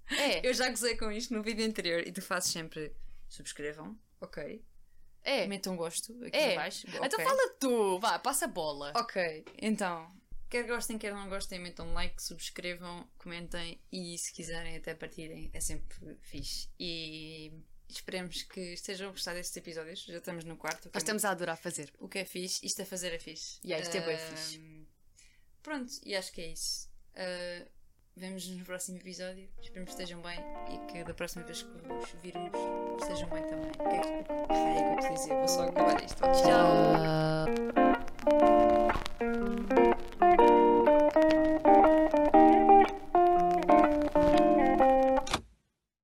S1: É,
S2: Eu já gozei com isto no vídeo anterior e tu fazes sempre subscrevam, ok.
S1: é,
S2: Metam um gosto aqui
S1: é.
S2: em baixo.
S1: Então
S2: ok.
S1: fala tu, vá, passa a bola.
S2: Ok, então, quer gostem, quer não gostem, metam like, subscrevam, comentem e se quiserem até partirem, é sempre fixe. E esperemos que estejam a gostar destes episódios. Já estamos no quarto. o que é
S1: Nós estamos a adorar fazer.
S2: o que é fixe, isto a fazer é fixe.
S1: Yeah, isto é bué
S2: Ahm,
S1: fixe.
S2: Pronto, e acho que é isso. Ah, Vemo-nos no próximo episódio. Espero que estejam bem e que da próxima vez que vos virmos estejam bem também. O que é que- Ai, é que eu preciso dizer? Vou só acabar isto. Tchau!
S1: Tchau.